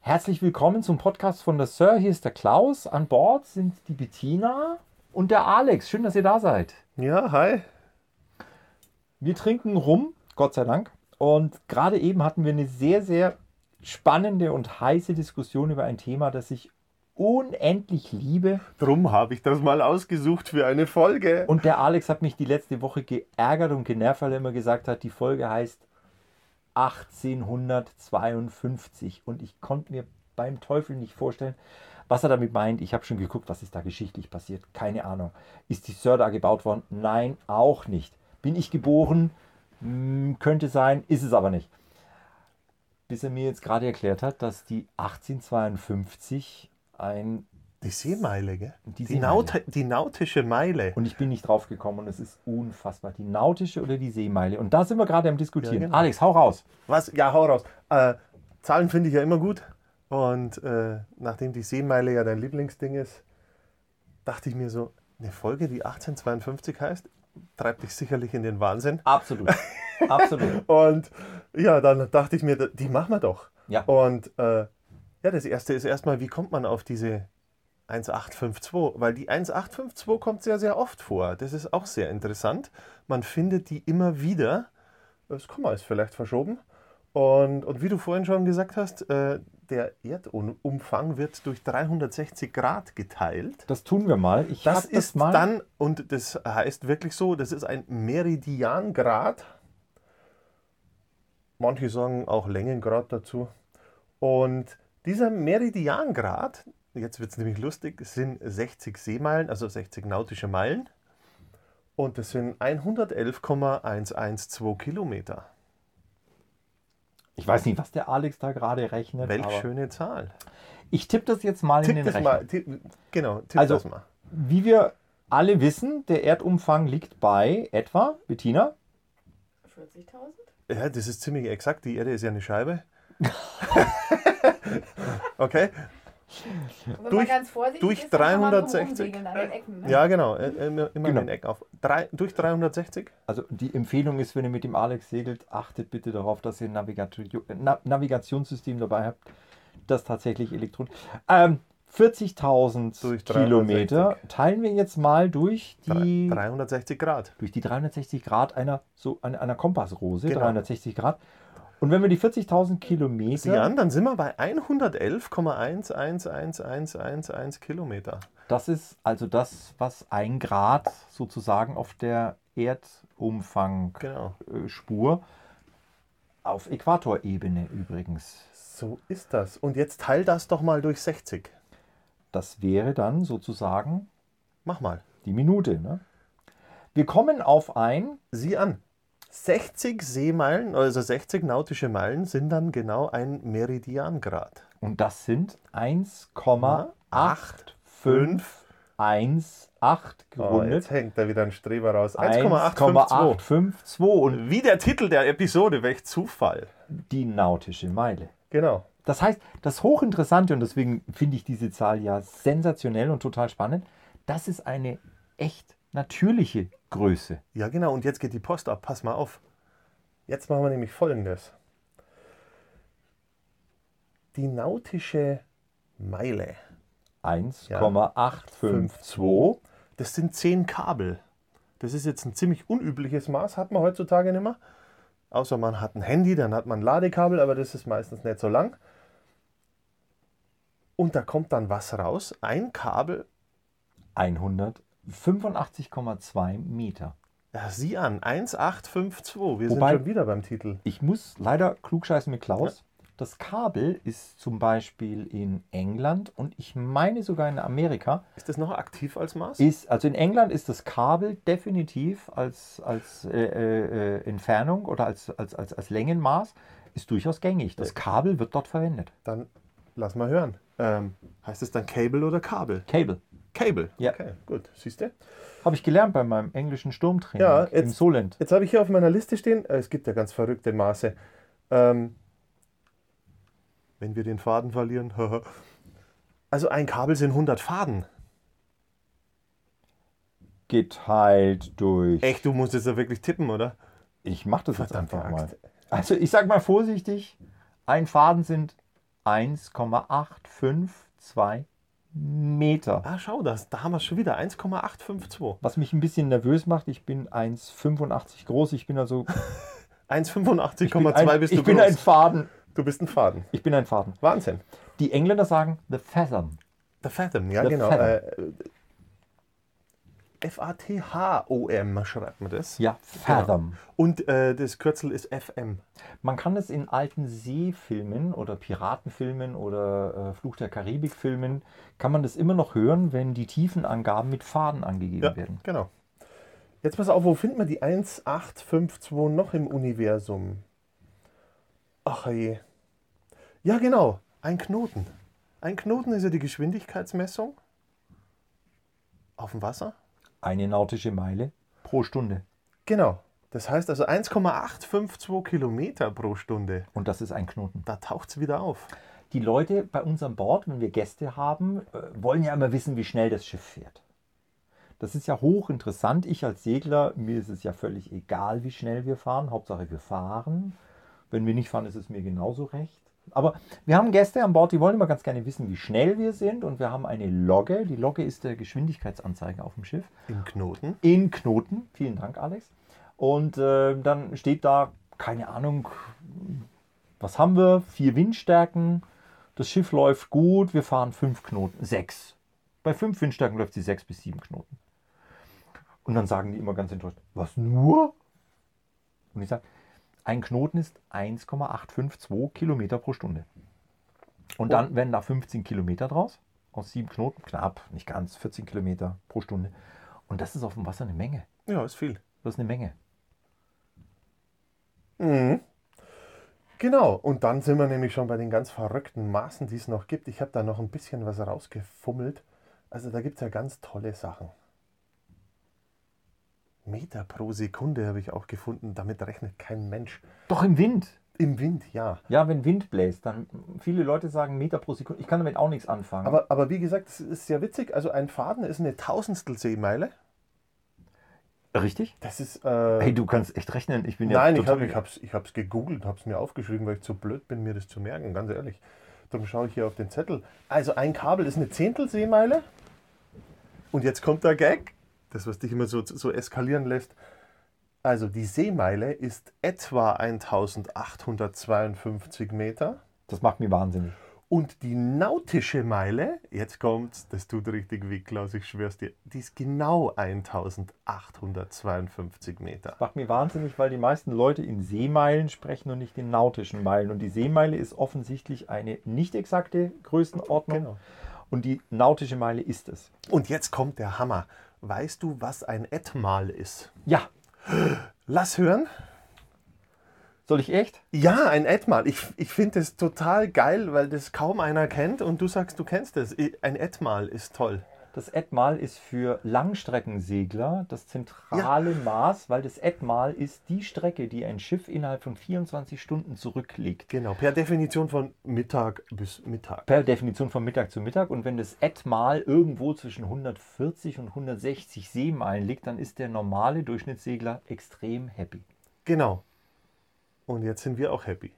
Herzlich willkommen zum Podcast von der Sir. Hier ist der Klaus. An Bord sind die Bettina und der Alex. Schön, dass ihr da seid. Ja, hi. Wir trinken rum, Gott sei Dank. Und gerade eben hatten wir eine sehr, sehr spannende und heiße Diskussion über ein Thema, das ich unendlich liebe. Drum habe ich das mal ausgesucht für eine Folge. Und der Alex hat mich die letzte Woche geärgert und genervt, weil er immer gesagt hat, die Folge heißt 1852. Und ich konnte mir beim Teufel nicht vorstellen, was er damit meint. Ich habe schon geguckt, was ist da geschichtlich passiert. Keine Ahnung. Ist die Sir da gebaut worden? Nein, auch nicht. Bin ich geboren? Hm, könnte sein, ist es aber nicht. Bis er mir jetzt gerade erklärt hat, dass die 1852 ein. Die Seemeile, gell? Die Die, Seemeile. Naut die nautische Meile. Und ich bin nicht drauf gekommen und es ist unfassbar. Die nautische oder die Seemeile? Und da sind wir gerade am Diskutieren. genau. Alex, hau raus. Was? Ja, hau raus. Äh, Zahlen finde ich ja immer gut. Und äh, nachdem die Seemeile ja dein Lieblingsding ist, dachte ich mir so, eine Folge, die 1852 heißt, treibt dich sicherlich in den Wahnsinn. Absolut. Absolut. Und ja, dann dachte ich mir, die machen wir doch. Ja. Und äh, ja, das erste ist erstmal, wie kommt man auf diese 1852? Weil die 1852 kommt sehr, sehr oft vor. Das ist auch sehr interessant. Man findet die immer wieder. Das Komma ist vielleicht verschoben. Und, und wie du vorhin schon gesagt hast, äh, der Erdumfang wird durch 360 Grad geteilt. Das tun wir mal. Ich Das hab ist mal dann, und das heißt wirklich so, das ist ein Meridiangrad. Manche sagen auch Längengrad dazu. Und dieser Meridiangrad, jetzt wird es nämlich lustig, sind 60 Seemeilen, also 60 nautische Meilen. Und das sind 111,112 Kilometer. Ich weiß nicht, was der Alex da gerade rechnet. Welch aber schöne Zahl. Ich tippe das jetzt mal in Tipp den das Rechner. mal. Tipp, genau, tipp Also- das mal. Wie wir alle wissen, der Erdumfang liegt bei etwa, Bettina, 40.000? Ja, das ist ziemlich exakt. Die Erde ist ja eine Scheibe. okay. Und wenn Durch- man ganz vorsichtig durch ist, kann man mal 360. rumsegeln an den Ecken, ne? Ja, genau. äh, äh, Immer, immer Genau. den Eck auf. Drei, durch 360? also die Empfehlung ist, wenn ihr mit dem Alex segelt, achtet bitte darauf, dass ihr ein Navigatio- Na Navigationssystem dabei habt, das tatsächlich Elektron. Ähm, 40.000 Durch Kilometer teilen wir jetzt mal durch die, Drei- 360 Grad. durch die 360 Grad einer, so, einer, einer Kompassrose, Genau. 360 Grad. Und wenn wir die 40.000 Kilometer Ja, dann sind wir bei 111,111111 Kilometer. Das ist also das, was ein Grad sozusagen auf der Erdumfangspur, Genau. auf Äquatorebene übrigens. So ist das. Und jetzt teil das doch mal durch 60. Das wäre dann sozusagen Mach mal. die Minute. Ne? Wir kommen auf ein, Sieh an. 60 Seemeilen, also 60 nautische Meilen, sind dann genau ein Meridiangrad. und das sind 1,851 gerundet. Oh, hängt da wieder ein Streber raus. 1,852. 1,852 und Wie der Titel der Episode, welch Zufall. die nautische Meile. Genau. Das heißt, das Hochinteressante, und deswegen finde ich diese Zahl ja sensationell und total spannend, das ist eine echt natürliche Größe. Ja, genau. Und jetzt geht die Post ab. Pass mal auf. Jetzt machen wir nämlich Folgendes. Die nautische Meile. 1,852. Das sind 10 Kabel. Das ist jetzt ein ziemlich unübliches Maß, hat man heutzutage nicht mehr. Außer man hat ein Handy, dann hat man Ladekabel, aber das ist meistens nicht so lang. Und da kommt dann was raus. Ein Kabel, 185,2 Meter. ja, äh, sieh an, 1852. Wir Wobei- sind schon wieder beim Titel. Ich muss leider klugscheißen mit Klaus. Das Kabel ist zum Beispiel in England und ich meine sogar in Amerika. Ist das noch aktiv als Maß? Ist, also in England ist das Kabel definitiv als, als äh, äh, äh, Entfernung oder als, als, als, als Längenmaß ist durchaus gängig. Das Kabel wird dort verwendet. Dann Lass mal hören. Ähm, heißt es dann Cable oder Kabel? Cable. Cable. Ja. Okay, gut. Siehst du? Habe ich gelernt bei meinem englischen Sturmtraining Ja, im jetzt- Solent. Jetzt habe ich hier auf meiner Liste stehen, äh, es gibt ja ganz verrückte Maße. Ähm, wenn wir den Faden verlieren. haha. also ein Kabel sind 100 Faden. Geteilt halt durch. Echt, du musst jetzt da wirklich tippen, oder? Ich mache das jetzt Verdammte einfach mal. Axt. Also ich sag mal vorsichtig, ein Faden sind 1,852 Meter. Ah, schau das. Da haben wir schon wieder 1,852. Was mich ein bisschen nervös macht, ich bin 1,85 groß, ich bin also. Ich bin, 1,85,2 ein, bist du ich bin groß. ein Faden. du bist ein Faden. Ich bin ein Faden. Wahnsinn. Die Engländer sagen The Fathom. The Fathom, ja The genau. Fathom. Äh, F-A-T-H-O-M schreibt man das. Ja, Fathom. Genau. Und äh, das Kürzel ist FM. Man kann es in alten Seefilmen oder Piratenfilmen oder äh, Fluch der Karibik-Filmen, kann man das immer noch hören, wenn die Tiefenangaben mit Faden angegeben werden. genau. Jetzt pass auf, wo findet man die 1852 noch im Universum? Ach je. Ja, genau. Ein Knoten. Ein Knoten ist ja die Geschwindigkeitsmessung auf dem Wasser. Eine nautische Meile pro Stunde. Genau. Das heißt also 1,852 Kilometer pro Stunde. Und das ist ein Knoten. Da taucht es wieder auf. Die Leute bei uns an Bord, wenn wir Gäste haben, äh, wollen ja immer wissen, wie schnell das Schiff fährt. Das ist ja hochinteressant. Ich als Segler, mir ist es ja völlig egal, wie schnell wir fahren. Hauptsache, wir fahren. Wenn wir nicht fahren, ist es mir genauso recht. Aber wir haben Gäste an Bord, die wollen immer ganz gerne wissen, wie schnell wir sind. Und wir haben eine Logge. Die Logge ist der Geschwindigkeitsanzeiger auf dem Schiff Im Knoten. in Knoten. Vielen Dank, Alex. Und äh, dann steht da, keine Ahnung, was haben wir? Vier Windstärken. Das Schiff läuft gut. Wir fahren fünf Knoten. Sechs. Bei fünf Windstärken läuft sie sechs bis sieben Knoten. Und dann sagen die immer ganz enttäuscht, was nur? Und ich sage, ein Knoten ist 1,852 Kilometer pro Stunde. Und dann werden da 15 Kilometer draus, aus sieben Knoten, knapp, nicht ganz, 14 Kilometer pro Stunde. Und das ist auf dem Wasser eine Menge. Ja, ist viel. Das ist eine Menge. Mhm. Genau, und dann sind wir nämlich schon bei den ganz verrückten Maßen, die es noch gibt. Ich habe da noch ein bisschen was rausgefummelt. Also da gibt es ja ganz tolle Sachen. Meter pro Sekunde habe ich auch gefunden. Damit rechnet kein Mensch. Doch im Wind. Im Wind, ja. Ja, wenn Wind bläst, dann viele Leute sagen Meter pro Sekunde. Ich kann damit auch nichts anfangen. Aber, aber wie gesagt, es ist sehr witzig. Also ein Faden ist eine Tausendstel Seemeile. richtig? Das ist... Hey, Äh, du kannst echt rechnen. Ich bin ja nein, ich total- habe es ich hab's, ich hab's gegoogelt, habe es mir aufgeschrieben, weil ich zu blöd bin, mir das zu merken, ganz ehrlich. Darum schaue ich hier auf den Zettel. Also ein Kabel ist eine Zehntel Seemeile. Und jetzt kommt der Gag. Das, was dich immer so, so eskalieren lässt. Also die Seemeile ist etwa 1852 Meter. Das macht mich wahnsinnig. Und die nautische Meile, jetzt kommt's, das tut richtig weh, Klaus, ich schwör's dir, die ist genau 1852 Meter. Das macht mich wahnsinnig, weil die meisten Leute in Seemeilen sprechen und nicht in nautischen Meilen. Und die Seemeile ist offensichtlich eine nicht exakte Größenordnung. Genau. Und die nautische Meile ist es. Und jetzt kommt der Hammer. Weißt du, was ein Etmal ist? Ja, Lass hören. soll ich echt? Ja, ein Etmal. Ich, ich finde das total geil, weil das kaum einer kennt und du sagst, du kennst es. Ein Etmal ist toll. Das Etmal ist für Langstreckensegler das zentrale Maß, weil das Etmal ist die Strecke, die ein Schiff innerhalb von 24 Stunden zurücklegt. Genau, per Definition von Mittag bis Mittag. Per Definition von Mittag zu Mittag. Und wenn das Etmal irgendwo zwischen 140 und 160 Seemeilen liegt, dann ist der normale Durchschnittssegler extrem happy. Genau. Und jetzt sind wir auch happy.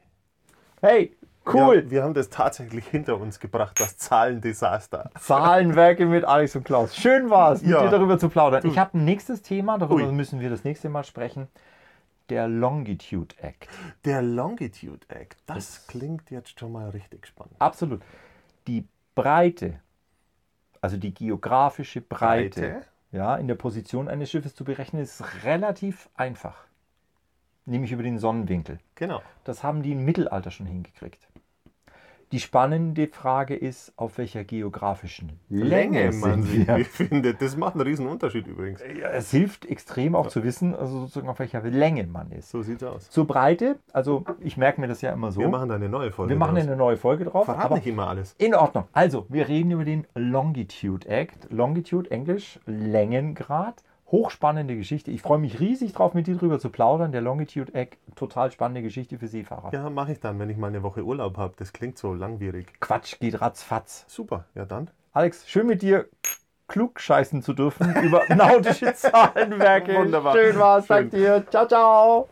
Hey, Ja, cool! wir haben das tatsächlich hinter uns gebracht, das Zahlendesaster. Zahlenwerke mit Alex und Klaus. Schön war's, mit Ja. dir darüber zu plaudern. Ich habe ein nächstes Thema, darüber Ui. müssen wir das nächste Mal sprechen. Der Longitude Act. Der Longitude Act, das klingt jetzt schon mal richtig spannend. Absolut. Die Breite, also die geografische Breite, Breite? Ja, in der Position eines Schiffes zu berechnen, ist relativ einfach. Nämlich über den Sonnenwinkel. Genau. Das haben die im Mittelalter schon hingekriegt. Die spannende Frage ist, auf welcher geografischen Länge, Länge sind man sie wir? befindet. Das macht einen riesen Unterschied übrigens. Ja, es hilft extrem auch zu wissen, also sozusagen auf welcher Länge man ist. So sieht's aus. Zur Breite, also ich merke mir das ja immer so. Wir machen da eine neue Folge. Wir machen draus. eine neue Folge drauf. Verrat aber nicht immer alles. in Ordnung. Also, wir reden über den Longitude Act. Longitude, Englisch, Längengrad. Hochspannende Geschichte. Ich freue mich riesig drauf, mit dir drüber zu plaudern. Der Longitude Act, total spannende Geschichte für Seefahrer. Ja, mache ich dann, wenn ich mal eine Woche Urlaub habe. Das klingt so langwierig. Quatsch, geht ratzfatz. Super, ja dann. Alex, schön mit dir klug scheißen zu dürfen über nautische Zahlenwerke. Wunderbar. Schön war's, Schön. dank dir. Ciao, ciao.